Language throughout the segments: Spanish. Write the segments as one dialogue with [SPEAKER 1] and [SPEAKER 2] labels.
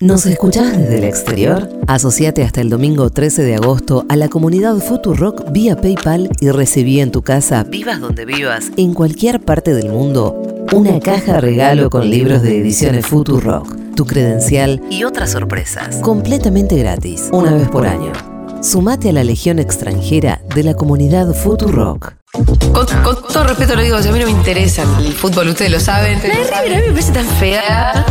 [SPEAKER 1] ¿Nos escuchás desde el exterior? Asociate hasta el domingo 13 de agosto a la comunidad Futurock vía PayPal y recibí en tu casa, vivas donde vivas, en cualquier parte del mundo, una caja regalo con libros de ediciones Futurock, tu credencial y otras sorpresas. Completamente gratis, una vez por año. Sumate a la legión extranjera de la comunidad Futurock.
[SPEAKER 2] Con, con todo respeto lo digo, a mí no me interesa el fútbol, ustedes lo saben. La de River a mí me parece tan fea.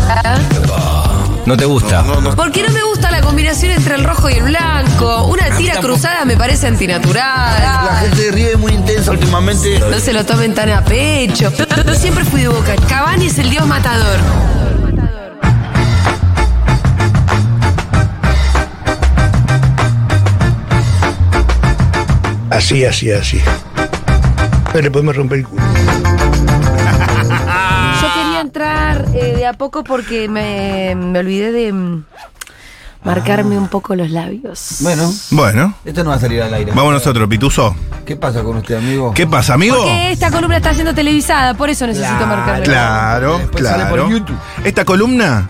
[SPEAKER 3] No te gusta.
[SPEAKER 2] Porque no me gusta la combinación entre el rojo y el blanco. Una tira cruzada me parece
[SPEAKER 4] La
[SPEAKER 2] antinatural.
[SPEAKER 4] gente de River Este es muy intensa últimamente.
[SPEAKER 2] No se lo tomen tan a pecho. Yo, yo siempre fui de boca. Cavani es el dios matador.
[SPEAKER 5] Así, así, así. Pero después me rompe el culo.
[SPEAKER 6] Yo quería entrar eh, de a poco porque me, me olvidé de mm, marcarme un poco los labios.
[SPEAKER 4] Bueno,
[SPEAKER 3] Bueno,
[SPEAKER 4] esto no va a salir al aire.
[SPEAKER 3] vamos nosotros, Pituzo.
[SPEAKER 4] ¿Qué pasa con usted, amigo?
[SPEAKER 3] ¿Qué pasa, amigo?
[SPEAKER 6] Porque esta columna está siendo televisada, por eso necesito
[SPEAKER 4] Claro,
[SPEAKER 6] marcarme.
[SPEAKER 3] Claro,
[SPEAKER 4] Después sale
[SPEAKER 3] claro.
[SPEAKER 4] por YouTube.
[SPEAKER 3] Esta columna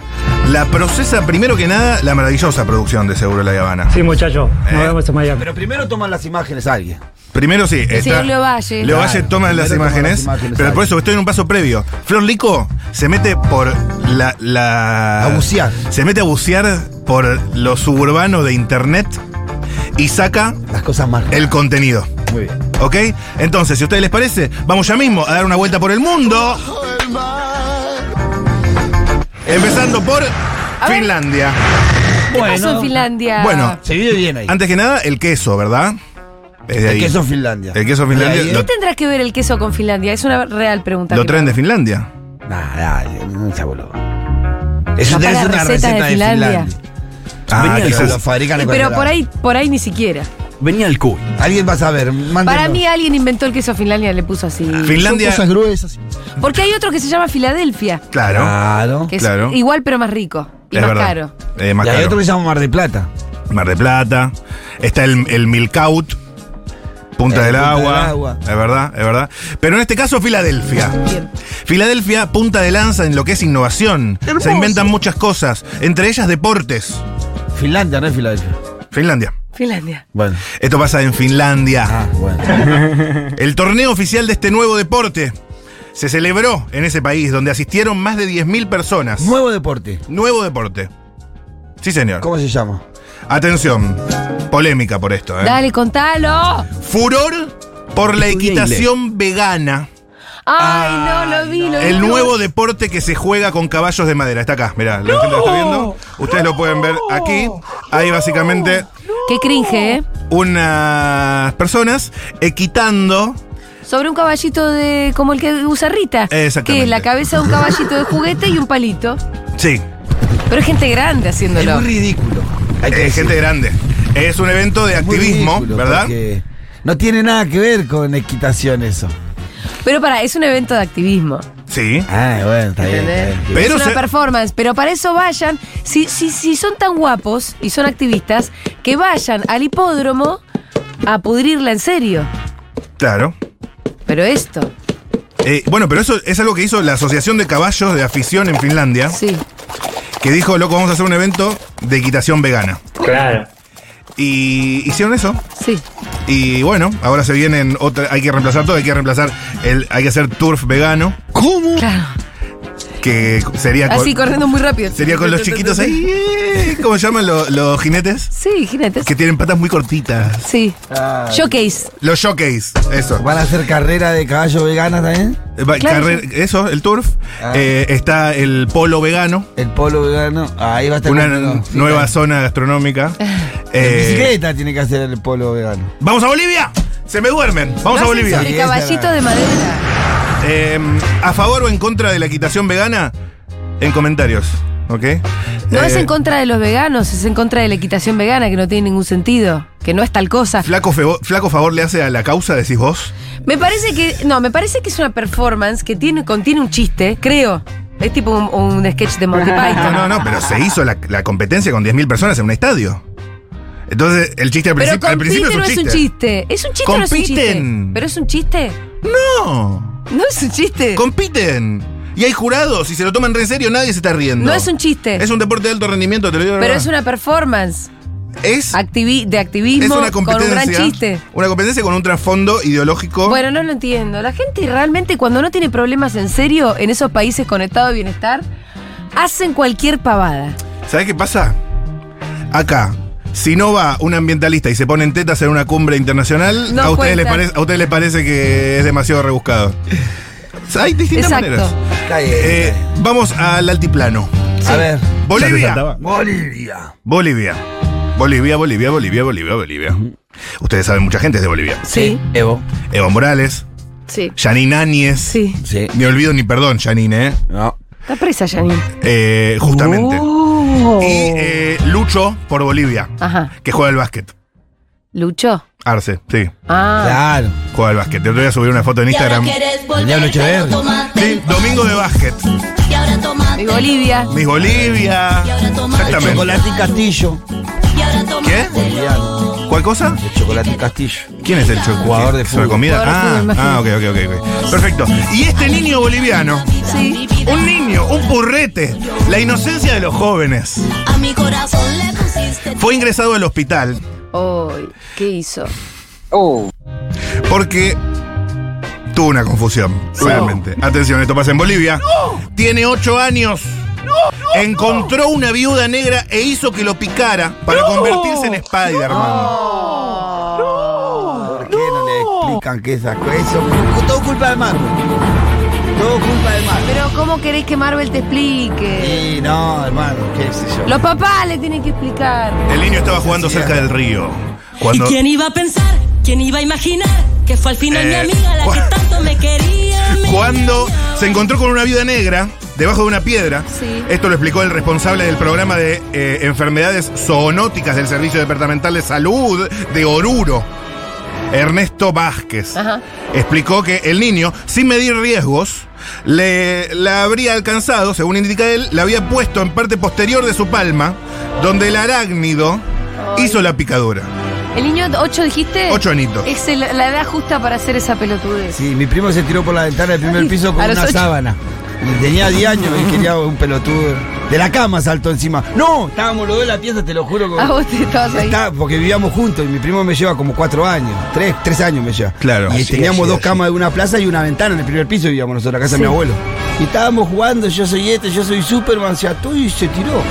[SPEAKER 3] la procesa primero que nada la maravillosa producción de Seguro La Habana.
[SPEAKER 7] Sí, muchachos, nos
[SPEAKER 3] Eh.
[SPEAKER 7] vemos en Miami.
[SPEAKER 4] Pero primero toman las imágenes a alguien.
[SPEAKER 3] Primero sí. está-
[SPEAKER 6] señor Leo Valle.
[SPEAKER 3] Leo
[SPEAKER 4] Claro,
[SPEAKER 3] Valle toma
[SPEAKER 4] primero
[SPEAKER 3] las
[SPEAKER 4] toma
[SPEAKER 3] imágenes,
[SPEAKER 4] las imágenes,
[SPEAKER 3] Pero
[SPEAKER 4] ahí.
[SPEAKER 3] por eso estoy en un paso previo. Flor Lico se mete por la. la-
[SPEAKER 4] A bucear.
[SPEAKER 3] Se mete a bucear por lo suburbano de internet y saca
[SPEAKER 4] Las cosas más raras.
[SPEAKER 3] el contenido.
[SPEAKER 4] Muy bien.
[SPEAKER 3] ¿Ok? Entonces, si a ustedes les parece, vamos ya mismo a dar una vuelta por el mundo. Empezando por Finlandia.
[SPEAKER 6] ¿Qué pasó en Finlandia?
[SPEAKER 3] Bueno,
[SPEAKER 4] Se vive bien ahí.
[SPEAKER 3] antes que nada, el queso, ¿verdad? Es Ah, de
[SPEAKER 4] el
[SPEAKER 3] ahí.
[SPEAKER 4] queso Finlandia.
[SPEAKER 3] El queso Finlandia.
[SPEAKER 4] Ahí,
[SPEAKER 3] lo-
[SPEAKER 6] ¿Qué tendrá que ver el queso con Finlandia? Es una real pregunta.
[SPEAKER 3] Lo
[SPEAKER 6] que
[SPEAKER 3] traen
[SPEAKER 6] me
[SPEAKER 3] de Finlandia.
[SPEAKER 4] Nah, dale, no sea boludo. Eso
[SPEAKER 6] Capaz
[SPEAKER 4] debe
[SPEAKER 6] la
[SPEAKER 4] ser una
[SPEAKER 6] receta
[SPEAKER 4] receta
[SPEAKER 6] de
[SPEAKER 4] de Finlandia.
[SPEAKER 3] Ah,
[SPEAKER 4] Venía, lo-
[SPEAKER 3] quizás.
[SPEAKER 4] lo fabrican
[SPEAKER 6] hago.
[SPEAKER 4] en
[SPEAKER 6] Pero
[SPEAKER 4] cualquier
[SPEAKER 6] por
[SPEAKER 4] lado.
[SPEAKER 6] ahí, por ahí ni siquiera.
[SPEAKER 8] Venía el cuy.
[SPEAKER 4] Alguien va a saber. mándenos.
[SPEAKER 6] Para mí alguien inventó el queso Finlandia y le puso así.
[SPEAKER 3] Finlandia.
[SPEAKER 4] Cosas gruesas.
[SPEAKER 6] Porque hay otro que se llama Filadelfia,
[SPEAKER 3] Claro.
[SPEAKER 4] Claro.
[SPEAKER 6] que es
[SPEAKER 3] Claro.
[SPEAKER 6] igual pero más rico y
[SPEAKER 3] es
[SPEAKER 6] más
[SPEAKER 3] verdad.
[SPEAKER 6] caro.
[SPEAKER 3] Eh, más
[SPEAKER 4] Y hay
[SPEAKER 3] caro.
[SPEAKER 4] otro que se llama Mar de Plata.
[SPEAKER 3] Mar de Plata. Está el, el Milcaut. Punta,
[SPEAKER 4] Eh,
[SPEAKER 3] del,
[SPEAKER 4] Punta
[SPEAKER 3] agua.
[SPEAKER 4] del Agua.
[SPEAKER 3] Es verdad, es verdad. Pero en este caso, Filadelfia.
[SPEAKER 6] Bien.
[SPEAKER 3] Filadelfia, punta de lanza en lo que es innovación. Se inventan muchas cosas, entre ellas deportes.
[SPEAKER 4] Finlandia, no es Filadelfia.
[SPEAKER 3] Finlandia.
[SPEAKER 6] Finlandia.
[SPEAKER 4] Bueno.
[SPEAKER 3] Esto pasa en Finlandia.
[SPEAKER 4] Ah, bueno.
[SPEAKER 3] El torneo oficial de este nuevo deporte se celebró en ese país, donde asistieron más de 10.000 personas.
[SPEAKER 4] Nuevo deporte.
[SPEAKER 3] Nuevo deporte. Sí, señor.
[SPEAKER 4] ¿Cómo se llama?
[SPEAKER 3] Atención. Polémica por esto, ¿eh?
[SPEAKER 6] Dale, contalo.
[SPEAKER 3] Furor por la
[SPEAKER 8] Estudia inglés.
[SPEAKER 3] equitación vegana.
[SPEAKER 6] Ay, no, lo vi, lo vi.
[SPEAKER 3] El
[SPEAKER 6] lo vi.
[SPEAKER 3] nuevo deporte que se juega con caballos de madera. Está acá, mirá, la gente lo está viendo. Ustedes lo pueden ver aquí. Hay básicamente
[SPEAKER 6] Qué cringe, ¿eh?
[SPEAKER 3] unas personas equitando.
[SPEAKER 6] Sobre un caballito de. como el que usa Rita.
[SPEAKER 3] Exactamente.
[SPEAKER 6] Que es la cabeza de un caballito de juguete y un palito.
[SPEAKER 3] Sí,
[SPEAKER 6] Pero es gente grande
[SPEAKER 4] Es
[SPEAKER 6] haciéndolo.
[SPEAKER 4] muy ridículo. Hay que
[SPEAKER 3] eh,
[SPEAKER 4] decirlo.
[SPEAKER 3] gente grande. Es un evento de
[SPEAKER 4] Es muy
[SPEAKER 3] activismo,
[SPEAKER 4] ridículo,
[SPEAKER 3] ¿verdad?
[SPEAKER 4] porque No tiene nada que ver con equitación eso.
[SPEAKER 6] Pero para, es un evento de activismo.
[SPEAKER 3] Sí.
[SPEAKER 4] Ah, bueno, está bien.
[SPEAKER 6] ¿Entendés?
[SPEAKER 4] está bien.
[SPEAKER 3] Pero
[SPEAKER 6] es una
[SPEAKER 3] se-
[SPEAKER 6] performance, pero para eso vayan, si, si, si son tan guapos y son activistas, que vayan al hipódromo a pudrirla en serio.
[SPEAKER 3] Claro.
[SPEAKER 6] Pero esto,
[SPEAKER 3] Eh, bueno, pero eso es algo que hizo la Asociación de Caballos de Afición en Finlandia,
[SPEAKER 6] sí.
[SPEAKER 3] que dijo, loco, vamos a hacer un evento de equitación vegana.
[SPEAKER 7] Claro.
[SPEAKER 3] Y hicieron eso.
[SPEAKER 6] Sí.
[SPEAKER 3] Y bueno, ahora se vienen otra, hay que reemplazar todo, hay que reemplazar el, hay que hacer turf vegano,
[SPEAKER 6] Claro.
[SPEAKER 3] que sería con,
[SPEAKER 6] Así corriendo muy rápido.
[SPEAKER 3] sería con los chiquitos ahí. eh, ¿Cómo se llaman los, los jinetes?
[SPEAKER 6] Sí, jinetes.
[SPEAKER 3] Que tienen patas muy cortitas.
[SPEAKER 6] Sí.
[SPEAKER 4] Ah,
[SPEAKER 6] Showcase.
[SPEAKER 3] Los showcase, eso.
[SPEAKER 4] ¿Van a hacer carrera de caballo vegana también?
[SPEAKER 3] Eh, va-
[SPEAKER 6] Claro.
[SPEAKER 3] carrer- eso, el turf.
[SPEAKER 4] Ah.
[SPEAKER 3] Eh, está el polo vegano,
[SPEAKER 4] El polo vegano. Ahí va a estar.
[SPEAKER 3] una
[SPEAKER 4] complicado. Sí,
[SPEAKER 3] nueva
[SPEAKER 4] claro.
[SPEAKER 3] zona gastronómica.
[SPEAKER 4] En
[SPEAKER 3] Eh,
[SPEAKER 4] bicicleta tiene que hacer el polo vegano.
[SPEAKER 3] ¡Vamos a Bolivia! ¡Se me duermen! ¡Vamos
[SPEAKER 6] Lo
[SPEAKER 3] a
[SPEAKER 6] hacen
[SPEAKER 3] Bolivia!
[SPEAKER 6] sobre caballitos de madera.
[SPEAKER 3] Eh, ¿A favor o en contra de la equitación vegana? En comentarios, ¿ok?
[SPEAKER 6] No
[SPEAKER 3] Eh,
[SPEAKER 6] es en contra de los veganos, es en contra de la equitación vegana, que no tiene ningún sentido, que no es tal cosa.
[SPEAKER 3] Flaco, febo- flaco favor le hace a la causa, decís vos.
[SPEAKER 6] Me parece que. No, me parece que es una performance que tiene, contiene un chiste, creo. Es tipo un, un sketch de Monty
[SPEAKER 3] No,
[SPEAKER 6] Python.
[SPEAKER 3] no, no, pero se hizo la, la competencia con 10.000 personas en un estadio. Entonces, el chiste al,
[SPEAKER 6] Pero
[SPEAKER 3] principi- al principio
[SPEAKER 6] compite
[SPEAKER 3] es un
[SPEAKER 6] no es
[SPEAKER 3] chiste.
[SPEAKER 6] un chiste. Es un chiste o no es un chiste.
[SPEAKER 3] Compiten.
[SPEAKER 6] Pero es un chiste.
[SPEAKER 3] No,
[SPEAKER 6] No es un chiste.
[SPEAKER 3] compiten. Y hay jurados, y se lo toman re en serio, nadie se está riendo.
[SPEAKER 6] No es un chiste.
[SPEAKER 3] Es un deporte de alto rendimiento, te lo digo. de
[SPEAKER 6] pero
[SPEAKER 3] verdad.
[SPEAKER 6] es una performance
[SPEAKER 3] es,
[SPEAKER 6] activi- de
[SPEAKER 3] es
[SPEAKER 6] activismo
[SPEAKER 3] una
[SPEAKER 6] con un
[SPEAKER 3] competencia. Oh.
[SPEAKER 6] gran chiste.
[SPEAKER 3] Una competencia con un trasfondo ideológico.
[SPEAKER 6] Bueno, no lo entiendo. La gente realmente cuando no tiene problemas en serio en esos países con estado de bienestar, hacen cualquier pavada.
[SPEAKER 3] ¿Sabes qué pasa? Acá. Si no va un ambientalista y se ponen tetas en una cumbre internacional,
[SPEAKER 6] No
[SPEAKER 3] a, ustedes les
[SPEAKER 6] cuenta.
[SPEAKER 3] parece, a ustedes les parece que es demasiado rebuscado. Hay distintas
[SPEAKER 6] Exacto.
[SPEAKER 3] maneras.
[SPEAKER 4] Está bien.
[SPEAKER 3] Eh, vamos al altiplano.
[SPEAKER 4] A ver.
[SPEAKER 3] Bolivia.
[SPEAKER 4] Bolivia.
[SPEAKER 3] Bolivia. Bolivia, Bolivia, Bolivia, Bolivia, Bolivia. Ustedes saben, mucha gente es de Bolivia.
[SPEAKER 6] Sí,
[SPEAKER 4] Evo.
[SPEAKER 3] Evo Morales,
[SPEAKER 2] Sí.
[SPEAKER 3] Janine Áñez.
[SPEAKER 6] sí.
[SPEAKER 4] Sí.
[SPEAKER 3] Ni olvido ni perdón, Janine, ¿eh?
[SPEAKER 4] No.
[SPEAKER 6] Está presa, Janine.
[SPEAKER 3] Eh, justamente.
[SPEAKER 6] Oh.
[SPEAKER 3] Y eh, Lucho por Bolivia,
[SPEAKER 6] Ajá.
[SPEAKER 3] que juega al básquet.
[SPEAKER 6] ¿Luchó?
[SPEAKER 3] Arce, sí.
[SPEAKER 6] Ah.
[SPEAKER 4] Claro.
[SPEAKER 3] Juega al básquet. Te voy a subir una foto en Instagram.
[SPEAKER 4] El diablo Echeverri.
[SPEAKER 3] Sí, domingo de básquet.
[SPEAKER 6] Y Bolivia.
[SPEAKER 3] Miss Bolivia.
[SPEAKER 4] El
[SPEAKER 3] Exactamente.
[SPEAKER 4] chocolate y castillo.
[SPEAKER 3] ¿Qué?
[SPEAKER 4] Boliviano.
[SPEAKER 3] ¿Cuál cosa?
[SPEAKER 4] El chocolate y castillo.
[SPEAKER 3] ¿Quién es el choco?
[SPEAKER 4] Jugador
[SPEAKER 3] ¿Sobre
[SPEAKER 4] de fútbol.
[SPEAKER 3] comida?
[SPEAKER 6] Jugador de
[SPEAKER 3] Ah,
[SPEAKER 6] fútbol, imagino.
[SPEAKER 3] ah, ok, ok, ok, ok. Perfecto. Y este niño boliviano,
[SPEAKER 6] Sí.
[SPEAKER 3] un niño, un purrete, la inocencia de los jóvenes,
[SPEAKER 7] A mi corazón le pusiste
[SPEAKER 3] fue ingresado al hospital
[SPEAKER 6] Hoy, ¿qué hizo?
[SPEAKER 3] porque tuvo una confusión, realmente. Atención, esto pasa en Bolivia. Tiene ocho años. Encontró una viuda negra e hizo que lo picara para convertirse en Spider-Man.
[SPEAKER 4] ¿Por qué no le explican que esas cosas? Eso, todo culpa del Marvel. Todo culpa del Marvel.
[SPEAKER 6] Pero ¿cómo querés que Marvel te explique?
[SPEAKER 4] Y no, hermano, qué sé yo.
[SPEAKER 6] Los papás le tienen que explicar.
[SPEAKER 3] El niño estaba jugando cerca del río.
[SPEAKER 7] ¿Y
[SPEAKER 3] Cuando
[SPEAKER 7] quién iba a pensar? ¿Quién iba a imaginar? Que fue al final
[SPEAKER 3] Eh,
[SPEAKER 7] mi amiga la que
[SPEAKER 3] cua-
[SPEAKER 7] tanto me quería. me
[SPEAKER 3] cuando se encontró con una viuda negra debajo de una piedra.
[SPEAKER 6] Sí.
[SPEAKER 3] Esto lo explicó el responsable del programa de eh, enfermedades zoonóticas del Servicio Departamental de Salud de Oruro, Ernesto Vázquez.
[SPEAKER 6] Ajá.
[SPEAKER 3] Explicó que el niño, sin medir riesgos, le, la habría alcanzado, según indica él, la había puesto en parte posterior de su palma, donde el arácnido hizo la picadura.
[SPEAKER 6] ¿El niño 8 dijiste?
[SPEAKER 3] Ocho anitos.
[SPEAKER 6] Es el- la edad justa para hacer esa pelotudez.
[SPEAKER 4] Sí, mi primo se tiró por la ventana del primer piso con
[SPEAKER 6] a los
[SPEAKER 4] una
[SPEAKER 6] ocho.
[SPEAKER 4] sábana. Y Tenía 10 años y quería un pelotudo. De la cama saltó encima. No, estábamos los dos en la pieza, te lo juro. como-
[SPEAKER 6] Ah, vos te estabas ahí.
[SPEAKER 4] Está- porque vivíamos juntos y mi primo me lleva como cuatro años, tres, tres años me lleva.
[SPEAKER 3] Claro.
[SPEAKER 4] Y
[SPEAKER 3] Así,
[SPEAKER 4] teníamos
[SPEAKER 5] así,
[SPEAKER 4] dos
[SPEAKER 5] así.
[SPEAKER 4] camas de una plaza y una ventana en el primer piso vivíamos nosotros, la casa de mi abuelo. Y estábamos jugando, yo soy este, yo soy Superman, se ató y se tiró.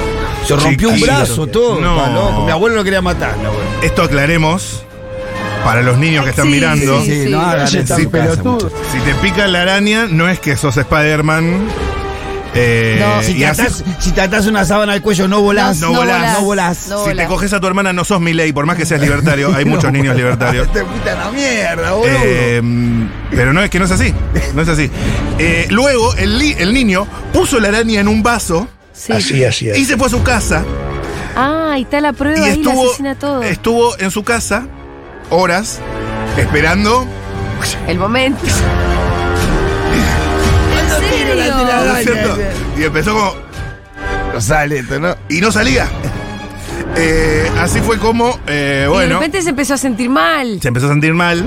[SPEAKER 4] Se rompió un
[SPEAKER 3] Chiquillo.
[SPEAKER 4] brazo, todo.
[SPEAKER 3] No.
[SPEAKER 4] está loco. Mi abuelo lo quería matar, mi abuelo.
[SPEAKER 3] Esto aclaremos para los niños que están
[SPEAKER 6] Sí,
[SPEAKER 3] mirando.
[SPEAKER 6] sí.
[SPEAKER 4] hagan
[SPEAKER 5] Sí,
[SPEAKER 4] eso en
[SPEAKER 5] sí,
[SPEAKER 4] su casa,
[SPEAKER 5] pelotudo.
[SPEAKER 4] muchachos.
[SPEAKER 3] Si te pica la araña, no es que sos Spider-Man. eh,
[SPEAKER 6] No,
[SPEAKER 4] Si
[SPEAKER 3] y
[SPEAKER 4] te,
[SPEAKER 3] así-
[SPEAKER 4] atás, si te atás una sábana al cuello, no volás.
[SPEAKER 3] No, no volás.
[SPEAKER 4] No volás.
[SPEAKER 6] No
[SPEAKER 3] si
[SPEAKER 6] volás.
[SPEAKER 3] te coges a tu hermana, no sos Miley, por más que seas libertario. Hay muchos niños libertarios.
[SPEAKER 4] Te puta la mierda, boludo.
[SPEAKER 3] Eh, pero no es que no es así. No es así. Eh, luego, el, li- el niño puso la araña en un vaso
[SPEAKER 6] Sí.
[SPEAKER 5] Así, así,
[SPEAKER 3] y
[SPEAKER 5] así.
[SPEAKER 3] se fue a su casa.
[SPEAKER 6] Ah, ahí está la
[SPEAKER 3] Y
[SPEAKER 6] prueba, ahí la asesina todo.
[SPEAKER 3] estuvo, Eh. estuvo en su casa horas esperando
[SPEAKER 6] El momento. ¿En
[SPEAKER 3] ¿no es
[SPEAKER 6] serio?
[SPEAKER 3] cierto? Y empezó como.
[SPEAKER 4] No sale esto, ¿no?
[SPEAKER 3] Y no salía. Eh, así fue como, eh,
[SPEAKER 6] Y de
[SPEAKER 3] bueno,
[SPEAKER 6] repente se empezó a sentir mal.
[SPEAKER 3] se empezó a sentir mal.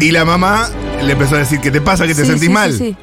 [SPEAKER 3] Y la mamá le empezó a decir: ¿Qué te pasa? ¿Que te
[SPEAKER 6] Sí,
[SPEAKER 3] sentís
[SPEAKER 6] sí, sí,
[SPEAKER 3] mal?
[SPEAKER 6] sí.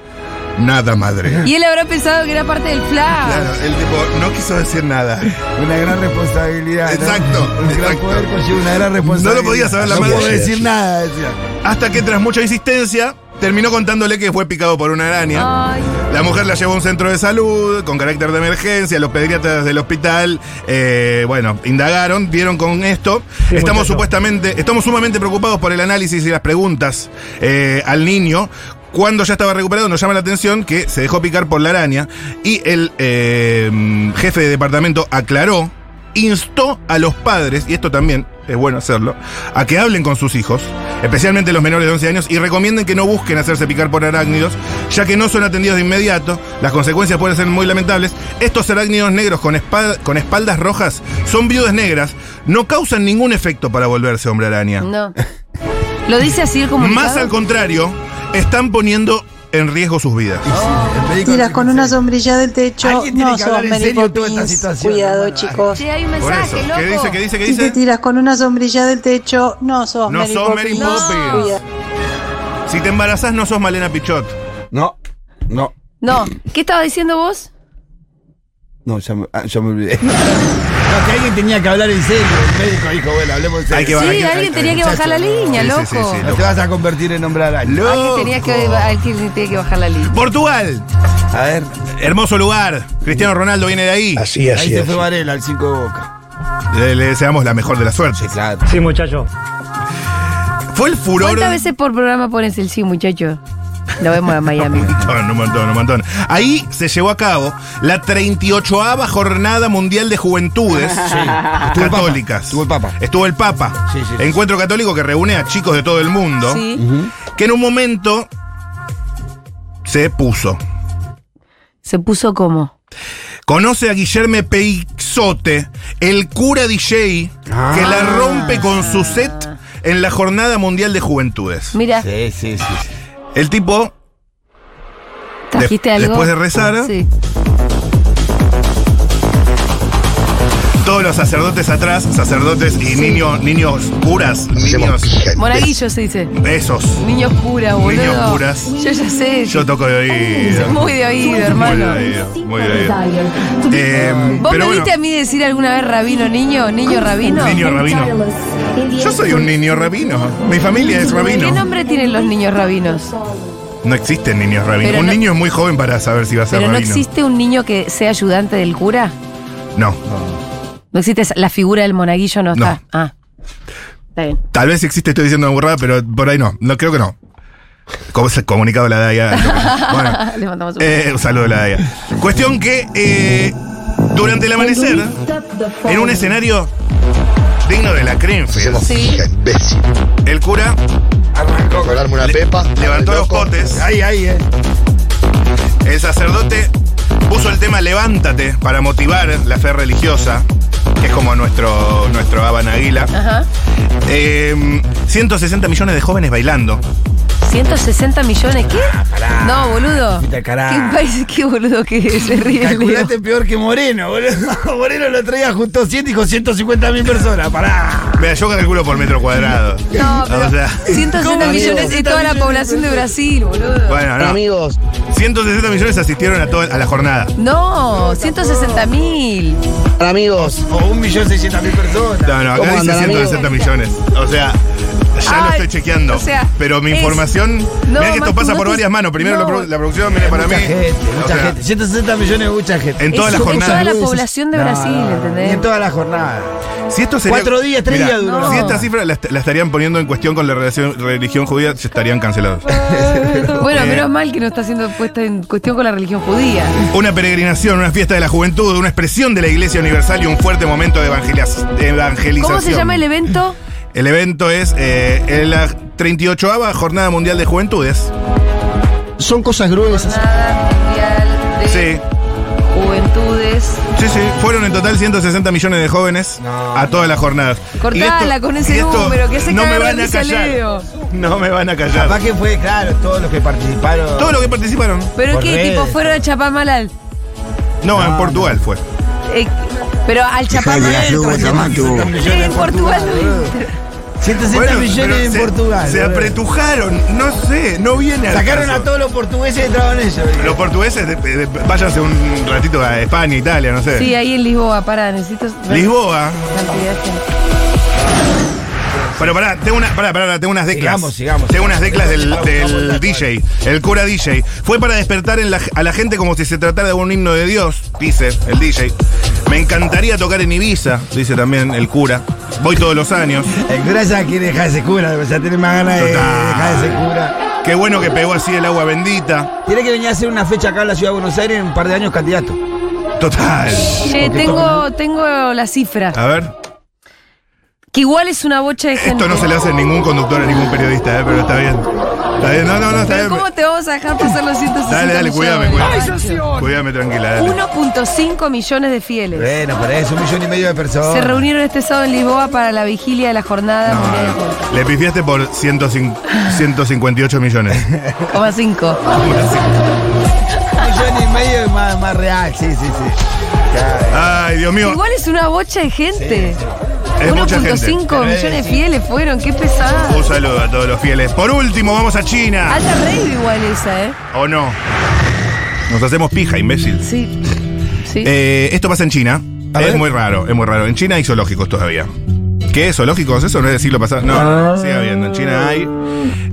[SPEAKER 3] Nada, madre.
[SPEAKER 6] Y él habrá pensado que era parte del flash.
[SPEAKER 3] Claro, el tipo no quiso decir nada.
[SPEAKER 4] Una gran responsabilidad. ¿no?
[SPEAKER 3] Exacto,
[SPEAKER 4] Un gran
[SPEAKER 3] exacto.
[SPEAKER 4] poder conlleva una gran responsabilidad.
[SPEAKER 3] No lo podía saber la
[SPEAKER 4] No
[SPEAKER 3] madre.
[SPEAKER 4] puedo decir nada, decía.
[SPEAKER 3] Hasta que, tras mucha insistencia, terminó contándole que fue picado por una araña.
[SPEAKER 6] Ay,
[SPEAKER 3] La mujer la llevó a un centro de salud con carácter de emergencia. Los pediatras del hospital, eh, bueno, indagaron, dieron con esto. estamos
[SPEAKER 5] muchacho.
[SPEAKER 3] supuestamente, estamos sumamente preocupados por el análisis y las preguntas eh, al niño. Cuando ya estaba recuperado, nos llama la atención que se dejó picar por la araña y el eh, jefe de departamento aclaró, instó a los padres, y esto también es bueno hacerlo, a que hablen con sus hijos, especialmente los menores de 11 años, y recomienden que no busquen hacerse picar por arácnidos, ya que no son atendidos de inmediato, las consecuencias pueden ser muy lamentables. Estos arácnidos negros con, espa- con espaldas rojas son viudas negras, no causan ningún efecto para volverse hombre araña.
[SPEAKER 6] no. Lo dice así el comunicado.
[SPEAKER 3] Más al contrario, están poniendo en riesgo sus vidas.
[SPEAKER 4] Y sí, el médico
[SPEAKER 8] Tiras
[SPEAKER 4] dice,
[SPEAKER 8] con una sombrilla del techo,
[SPEAKER 4] Alguien tiene
[SPEAKER 8] no
[SPEAKER 4] que hablar
[SPEAKER 8] sos
[SPEAKER 4] en
[SPEAKER 8] Mary
[SPEAKER 4] serio toda esta
[SPEAKER 8] Poppins.
[SPEAKER 4] situación,
[SPEAKER 8] Cuidado,
[SPEAKER 4] hermano.
[SPEAKER 8] chicos.
[SPEAKER 6] Che, hay un
[SPEAKER 3] Por eso,
[SPEAKER 6] mensaje, loco.
[SPEAKER 3] ¿qué dice? ¿Qué dice? ¿Qué
[SPEAKER 8] Si te
[SPEAKER 3] dice?
[SPEAKER 8] tiras con una sombrilla del techo, no sos
[SPEAKER 3] No
[SPEAKER 8] Mary
[SPEAKER 3] sos Mary
[SPEAKER 8] Poppins.
[SPEAKER 3] Poppins.
[SPEAKER 8] Cuidado.
[SPEAKER 3] Si te embarazás no sos Malena Pichot.
[SPEAKER 4] No, no.
[SPEAKER 6] No, ¿qué estaba diciendo vos?
[SPEAKER 4] No, ya me, ah, ya me olvidé. no, que alguien tenía que hablar en serio. El médico dijo, bueno, hablemos en serio.
[SPEAKER 3] Hay que
[SPEAKER 6] Sí,
[SPEAKER 3] bajar- hay que-
[SPEAKER 6] alguien
[SPEAKER 3] hay-
[SPEAKER 6] tenía que
[SPEAKER 3] muchacho,
[SPEAKER 6] bajar la
[SPEAKER 3] no.
[SPEAKER 6] línea,
[SPEAKER 3] Sí,
[SPEAKER 6] loco.
[SPEAKER 3] sí, sí, sí,
[SPEAKER 4] No te vas a convertir en hombre araña.
[SPEAKER 3] Loco.
[SPEAKER 6] Alguien tenía que, alguien tenía que bajar la línea.
[SPEAKER 3] Portugal,
[SPEAKER 4] A ver,
[SPEAKER 3] hermoso lugar. Cristiano Ronaldo viene de ahí.
[SPEAKER 5] Así,
[SPEAKER 4] ahí
[SPEAKER 5] así,
[SPEAKER 4] se
[SPEAKER 5] así.
[SPEAKER 4] fue Varela, el 5 de boca.
[SPEAKER 3] Le, le deseamos la mejor de las suertes.
[SPEAKER 4] Claro.
[SPEAKER 9] Sí, muchacho.
[SPEAKER 3] Fue el furor.
[SPEAKER 6] ¿Cuántas veces por programa pones el sí, muchacho? Lo vemos a Miami.
[SPEAKER 3] Montón, un montón, un montón. Ahí se llevó a cabo la 38ava Jornada Mundial de Juventudes
[SPEAKER 4] Estuvo el Papa.
[SPEAKER 3] Católicas.
[SPEAKER 4] Estuvo el Papa.
[SPEAKER 3] Estuvo el Papa.
[SPEAKER 4] Sí, sí, sí.
[SPEAKER 3] Encuentro católico que reúne a chicos de todo el mundo.
[SPEAKER 6] Sí.
[SPEAKER 3] Que en un momento se puso.
[SPEAKER 6] Se puso como.
[SPEAKER 3] Conoce a Guillerme Peixote, el cura DJ, que la
[SPEAKER 4] Ah.
[SPEAKER 3] rompe con su set en la Jornada Mundial de Juventudes.
[SPEAKER 6] Mira,
[SPEAKER 4] Sí, sí, sí. sí.
[SPEAKER 3] El tipo
[SPEAKER 6] trajiste
[SPEAKER 3] de-
[SPEAKER 6] algo.
[SPEAKER 3] después de rezar.
[SPEAKER 6] Sí.
[SPEAKER 3] Todos los sacerdotes atrás, sacerdotes y niños, niños curas, niños
[SPEAKER 6] Monaguillo se dice.
[SPEAKER 3] besos.
[SPEAKER 6] Niños puras, boludo.
[SPEAKER 3] Niños puras.
[SPEAKER 6] Yo ya sé.
[SPEAKER 3] Yo toco de oído.
[SPEAKER 6] Muy de oído, hermano.
[SPEAKER 3] Muy de oído, muy de oído. Eh,
[SPEAKER 6] ¿Vos
[SPEAKER 3] pero
[SPEAKER 6] me
[SPEAKER 3] bueno,
[SPEAKER 6] viste a mí decir alguna vez rabino niño? ¿Niño rabino?
[SPEAKER 3] niño rabino. Yo soy un niño rabino. Mi familia es
[SPEAKER 6] ¿Qué
[SPEAKER 3] rabino.
[SPEAKER 6] nombre tienen los niños rabinos?
[SPEAKER 3] No existen niños rabinos.
[SPEAKER 6] Pero
[SPEAKER 3] Un
[SPEAKER 6] no-
[SPEAKER 3] niño es muy joven para saber si va a ser
[SPEAKER 6] Pero no
[SPEAKER 3] rabino.
[SPEAKER 6] existe un niño que sea ayudante del cura.
[SPEAKER 3] No.
[SPEAKER 6] No existe esa- la figura del monaguillo, no
[SPEAKER 3] No.
[SPEAKER 6] está. Ah. Está bien.
[SPEAKER 3] Tal vez existe, estoy diciendo una burrada, pero por ahí no. No creo que no. Como se comunicado la DAIA. Bueno,
[SPEAKER 6] Le mandamos un.
[SPEAKER 3] Eh, un saludo a la DAIA. Cuestión que eh, durante el amanecer, en un escenario digno de la Crenfield,
[SPEAKER 5] Hija imbécil.
[SPEAKER 3] el cura
[SPEAKER 5] Arrancó con darme una pepa.
[SPEAKER 3] levantó los potes,
[SPEAKER 4] Ahí, ahí, eh.
[SPEAKER 3] el sacerdote puso el tema Levántate para motivar la fe religiosa, que es como nuestro, nuestro Aban Aguila.
[SPEAKER 6] Ajá.
[SPEAKER 3] Eh, 160 millones de jóvenes bailando.
[SPEAKER 6] 160 millones, ¿qué?
[SPEAKER 3] Ah,
[SPEAKER 6] no, boludo.
[SPEAKER 4] Vete al carajo.
[SPEAKER 6] ¿Qué país, qué boludo que se ríe el Leo?
[SPEAKER 4] Calculate peor que Moreno, boludo. Moreno lo traía justo 100 dijo 150 mil personas. Pará.
[SPEAKER 3] Mira, yo calculo por metro cuadrado.
[SPEAKER 6] No,
[SPEAKER 3] O sea,
[SPEAKER 6] 160
[SPEAKER 4] ¿Cómo,
[SPEAKER 6] millones
[SPEAKER 4] amigo?
[SPEAKER 6] de toda la población de Brasil, boludo.
[SPEAKER 3] bueno, no.
[SPEAKER 9] Amigos.
[SPEAKER 3] 160 millones asistieron a, toda, a la jornada.
[SPEAKER 6] No, 160 mil.
[SPEAKER 9] Amigos.
[SPEAKER 4] O 1.600.000 personas.
[SPEAKER 3] No, no, acá
[SPEAKER 9] ¿Cómo
[SPEAKER 3] dice
[SPEAKER 9] andan,
[SPEAKER 3] 160 millones. O sea, ya lo
[SPEAKER 6] Ay,
[SPEAKER 3] estoy chequeando.
[SPEAKER 6] o sea,
[SPEAKER 3] pero mi
[SPEAKER 6] es-
[SPEAKER 3] información.
[SPEAKER 6] No,
[SPEAKER 3] mirá que esto
[SPEAKER 6] Martín,
[SPEAKER 3] pasa
[SPEAKER 6] no
[SPEAKER 3] por
[SPEAKER 6] te-
[SPEAKER 3] varias manos. Primero
[SPEAKER 6] no.
[SPEAKER 3] la produ- la producción viene para mí.
[SPEAKER 4] Mucha gente,
[SPEAKER 3] O
[SPEAKER 4] mucha
[SPEAKER 3] sea,
[SPEAKER 4] gente. 160 millones es mucha gente.
[SPEAKER 3] En todas
[SPEAKER 6] Es
[SPEAKER 3] las
[SPEAKER 6] como
[SPEAKER 3] jornadas.
[SPEAKER 6] toda la población de Brasil, ¿entendés?
[SPEAKER 4] Y en todas las jornadas.
[SPEAKER 3] Si esto sería-
[SPEAKER 4] Cuatro días, tres días duró.
[SPEAKER 6] No.
[SPEAKER 3] Si estas cifras las la estarían poniendo en cuestión con la relación- religión judía, se estarían cancelados.
[SPEAKER 6] Bueno,
[SPEAKER 3] Eh.
[SPEAKER 6] menos mal que no está siendo puesta en cuestión con la religión judía.
[SPEAKER 3] Una peregrinación, una fiesta de la juventud, una expresión de la Iglesia Universal y un fuerte momento de evangeliz- de evangelización.
[SPEAKER 6] ¿Cómo se llama el e-? evento?
[SPEAKER 3] El evento es eh, en la 38ava Jornada Mundial de Juventudes.
[SPEAKER 5] Son cosas gruesas.
[SPEAKER 6] Nada Mundial de
[SPEAKER 3] Sí,
[SPEAKER 6] Juventudes.
[SPEAKER 3] sí, sí. Fueron en total 160 millones de jóvenes a todas las jornadas. Y esto-
[SPEAKER 6] Cortala con
[SPEAKER 3] y
[SPEAKER 6] ese
[SPEAKER 3] esto
[SPEAKER 6] número, que se
[SPEAKER 3] No me
[SPEAKER 6] caga de
[SPEAKER 3] van a
[SPEAKER 6] risa, Leo.
[SPEAKER 3] callar. No me van a
[SPEAKER 4] Capaz
[SPEAKER 3] callar.
[SPEAKER 4] que fue, claro, todos los que participaron.
[SPEAKER 3] Todos los que participaron.
[SPEAKER 6] ¿Pero
[SPEAKER 4] Por
[SPEAKER 6] qué?
[SPEAKER 4] redes.
[SPEAKER 6] ¿Tipo fueron a Chapamalal?
[SPEAKER 3] No, en Portugal fue.
[SPEAKER 6] Eh, pero al Chapamalal. En Portugal no entra.
[SPEAKER 4] 160
[SPEAKER 3] Bueno, pero
[SPEAKER 4] millones en
[SPEAKER 3] se-
[SPEAKER 4] Portugal.
[SPEAKER 3] Se
[SPEAKER 4] boludo.
[SPEAKER 3] apretujaron, no sé, no viene al
[SPEAKER 4] Sacaron
[SPEAKER 3] caso.
[SPEAKER 4] a todos los portugueses que trabajan ellos. boludo.
[SPEAKER 3] Los portugueses, de- de- váyanse un ratito a España, Italia, no sé.
[SPEAKER 6] Sí, ahí en Lisboa, pará, necesito.
[SPEAKER 3] Lisboa.
[SPEAKER 6] Cantidad de gente.
[SPEAKER 3] Pero pará, tengo, una, pará, pará, pará, tengo unas declas.
[SPEAKER 4] Sigamos, sigamos.
[SPEAKER 3] Tengo unas declas del,
[SPEAKER 4] Sigamos,
[SPEAKER 3] del
[SPEAKER 4] sigamos, sigamos.
[SPEAKER 3] DJ, el cura DJ. Fue para despertar en la- a la gente como si se tratara de un himno de Dios, dice el DJ. Me encantaría tocar en Ibiza, dice también el cura. Voy todos los años.
[SPEAKER 4] El cura ya quiere dejar ese cura, o sea, tiene más ganas de
[SPEAKER 3] Total.
[SPEAKER 4] dejar ese cura.
[SPEAKER 3] Qué bueno que pegó así el agua bendita.
[SPEAKER 4] Tiene que venir a hacer una fecha acá en la ciudad de Buenos Aires en un par de años candidato.
[SPEAKER 3] Total.
[SPEAKER 6] Che, tengo, tengo la cifra.
[SPEAKER 3] A ver.
[SPEAKER 6] Que igual es una bocha de gente.
[SPEAKER 3] Ah. Esto no se le hace a ningún conductor, a ningún periodista, eh, pero está bien. Está bien, no, no, no, está
[SPEAKER 6] Pero
[SPEAKER 3] bien.
[SPEAKER 6] ¿cómo te vamos a dejar pasar los 160
[SPEAKER 3] Dale, dale, cuídame,
[SPEAKER 6] millones,
[SPEAKER 3] cuídame.
[SPEAKER 6] Nacho?
[SPEAKER 3] Cuídame tranquila, dale.
[SPEAKER 6] 1.5 millones de fieles.
[SPEAKER 4] Bueno, por eso, un millón y medio de personas.
[SPEAKER 6] Se reunieron este sábado en Lisboa para la vigilia de la jornada mundial de Juventud.
[SPEAKER 3] Le pifiaste por 105 158 millones.
[SPEAKER 6] Coma cinco.
[SPEAKER 4] Un millón y medio es más, más real, sí, sí, sí. Claro.
[SPEAKER 3] Ay, Dios mío.
[SPEAKER 6] Igual es una bocha de gente.
[SPEAKER 3] Es mucha gente.
[SPEAKER 6] 1.5 millones de fieles fueron, qué pesado.
[SPEAKER 3] Un saludo a todos los fieles. Por último, vamos a China.
[SPEAKER 6] Alta rave igual esa, ¿eh?
[SPEAKER 3] ¿O no? Nos hacemos pija, imbécil.
[SPEAKER 6] Sí. Sí.
[SPEAKER 3] Eh, esto pasa en China.
[SPEAKER 4] A
[SPEAKER 3] es
[SPEAKER 4] ver.
[SPEAKER 3] muy raro, es muy raro. En China hay zoológicos todavía. ¿Qué? ¿Zoológicos? Eso no es del siglo pasado. No,
[SPEAKER 4] Ah.
[SPEAKER 3] no, sigue habiendo. En China hay.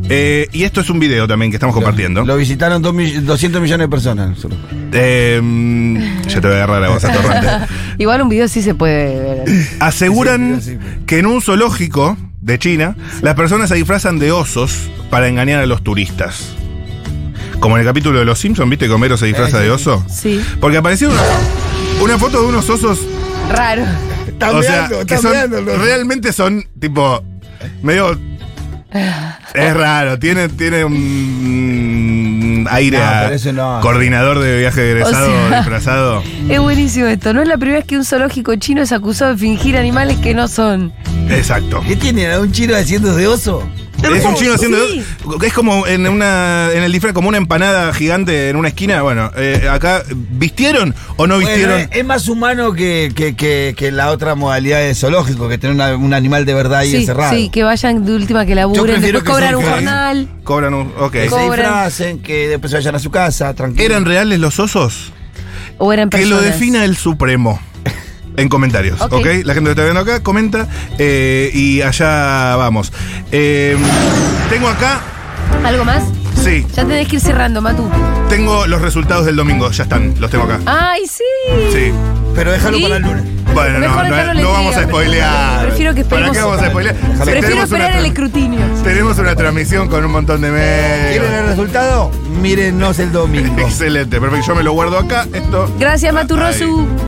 [SPEAKER 3] Eh, y esto es un video también que estamos compartiendo.
[SPEAKER 4] Lo visitaron dos mi- 200 millones de personas. solo.
[SPEAKER 3] Eh, mm, ya te voy a agarrar a vos, atorrante.
[SPEAKER 6] Igual un video sí se puede ver.
[SPEAKER 3] Aseguran
[SPEAKER 4] Sí, sí, sí, sí.
[SPEAKER 3] que en un zoológico de China, las personas se disfrazan de osos para engañar a los turistas. Como en el capítulo de Los Simpsons, ¿viste que Homero se disfraza
[SPEAKER 4] Eh, sí,
[SPEAKER 3] de
[SPEAKER 4] sí.
[SPEAKER 3] oso?
[SPEAKER 6] Sí.
[SPEAKER 3] Porque apareció una, una foto de unos osos
[SPEAKER 6] Raro.
[SPEAKER 4] Están
[SPEAKER 3] o sea,
[SPEAKER 4] meando,
[SPEAKER 3] que
[SPEAKER 4] están
[SPEAKER 3] son-
[SPEAKER 4] meando los-
[SPEAKER 3] realmente son tipo medio es raro, tiene tiene un aire
[SPEAKER 4] No,
[SPEAKER 3] a
[SPEAKER 4] pero eso no.
[SPEAKER 3] coordinador de viaje de egresado
[SPEAKER 6] O sea-
[SPEAKER 3] disfrazado.
[SPEAKER 6] Es buenísimo esto. No es la primera vez que un zoológico chino es acusado de fingir animales que no son.
[SPEAKER 3] Exacto.
[SPEAKER 4] ¿Qué tienen? ¿A un chino haciendo de oso?
[SPEAKER 3] Es un chino haciendo
[SPEAKER 6] Sí.
[SPEAKER 3] es como en una en el disfraz como una empanada gigante en una esquina, bueno, eh, acá vistieron o no
[SPEAKER 4] Bueno,
[SPEAKER 3] vistieron
[SPEAKER 6] eh,
[SPEAKER 4] es- es más humano que, que- que- que la otra modalidad de zoológico, que tener una- un animal de verdad ahí
[SPEAKER 6] sí,
[SPEAKER 4] encerrado.
[SPEAKER 6] sí, que vayan de última que laburen,
[SPEAKER 4] prefiero
[SPEAKER 6] después
[SPEAKER 4] que
[SPEAKER 6] cobran
[SPEAKER 4] sean
[SPEAKER 6] un
[SPEAKER 4] que-
[SPEAKER 6] jornal.
[SPEAKER 3] cobran un ok.
[SPEAKER 4] Que se
[SPEAKER 6] Cobran.
[SPEAKER 4] disfracen, que después se vayan a su casa, tranquilo.
[SPEAKER 3] ¿Eran reales los osos?
[SPEAKER 6] O eran
[SPEAKER 3] Que
[SPEAKER 6] personas.
[SPEAKER 3] lo defina el Supremo. En comentarios,
[SPEAKER 6] Ok.
[SPEAKER 3] ¿ok? La gente que está viendo acá comenta eh, y allá vamos. Eh, tengo acá,
[SPEAKER 6] ¿Algo más?
[SPEAKER 3] sí,
[SPEAKER 6] Ya tenés que ir cerrando, Matu.
[SPEAKER 3] tengo los resultados del domingo, ya están, los tengo acá.
[SPEAKER 6] ¡Ay, sí!
[SPEAKER 3] Sí.
[SPEAKER 4] Pero déjalo
[SPEAKER 6] ¿Y?
[SPEAKER 4] para el lunes.
[SPEAKER 3] Bueno, no,
[SPEAKER 6] Mejor
[SPEAKER 3] no,
[SPEAKER 6] dejarlo
[SPEAKER 3] no
[SPEAKER 6] la
[SPEAKER 3] vamos a
[SPEAKER 6] intriga.
[SPEAKER 3] spoilear.
[SPEAKER 6] Prefiero que
[SPEAKER 3] ¿Para
[SPEAKER 6] esperemos-
[SPEAKER 3] qué vamos a spoilear? Si
[SPEAKER 6] Prefiero
[SPEAKER 3] tenemos,
[SPEAKER 6] esperar
[SPEAKER 3] una,
[SPEAKER 6] el escrutinio.
[SPEAKER 3] tenemos una transmisión con un montón de
[SPEAKER 4] ¿Quieren el
[SPEAKER 3] medios.
[SPEAKER 4] resultado? Mírenos el domingo.
[SPEAKER 3] Excelente, perfecto. Yo me lo guardo acá. Esto.
[SPEAKER 6] Gracias, Matu
[SPEAKER 3] Ahí.
[SPEAKER 6] Rosu.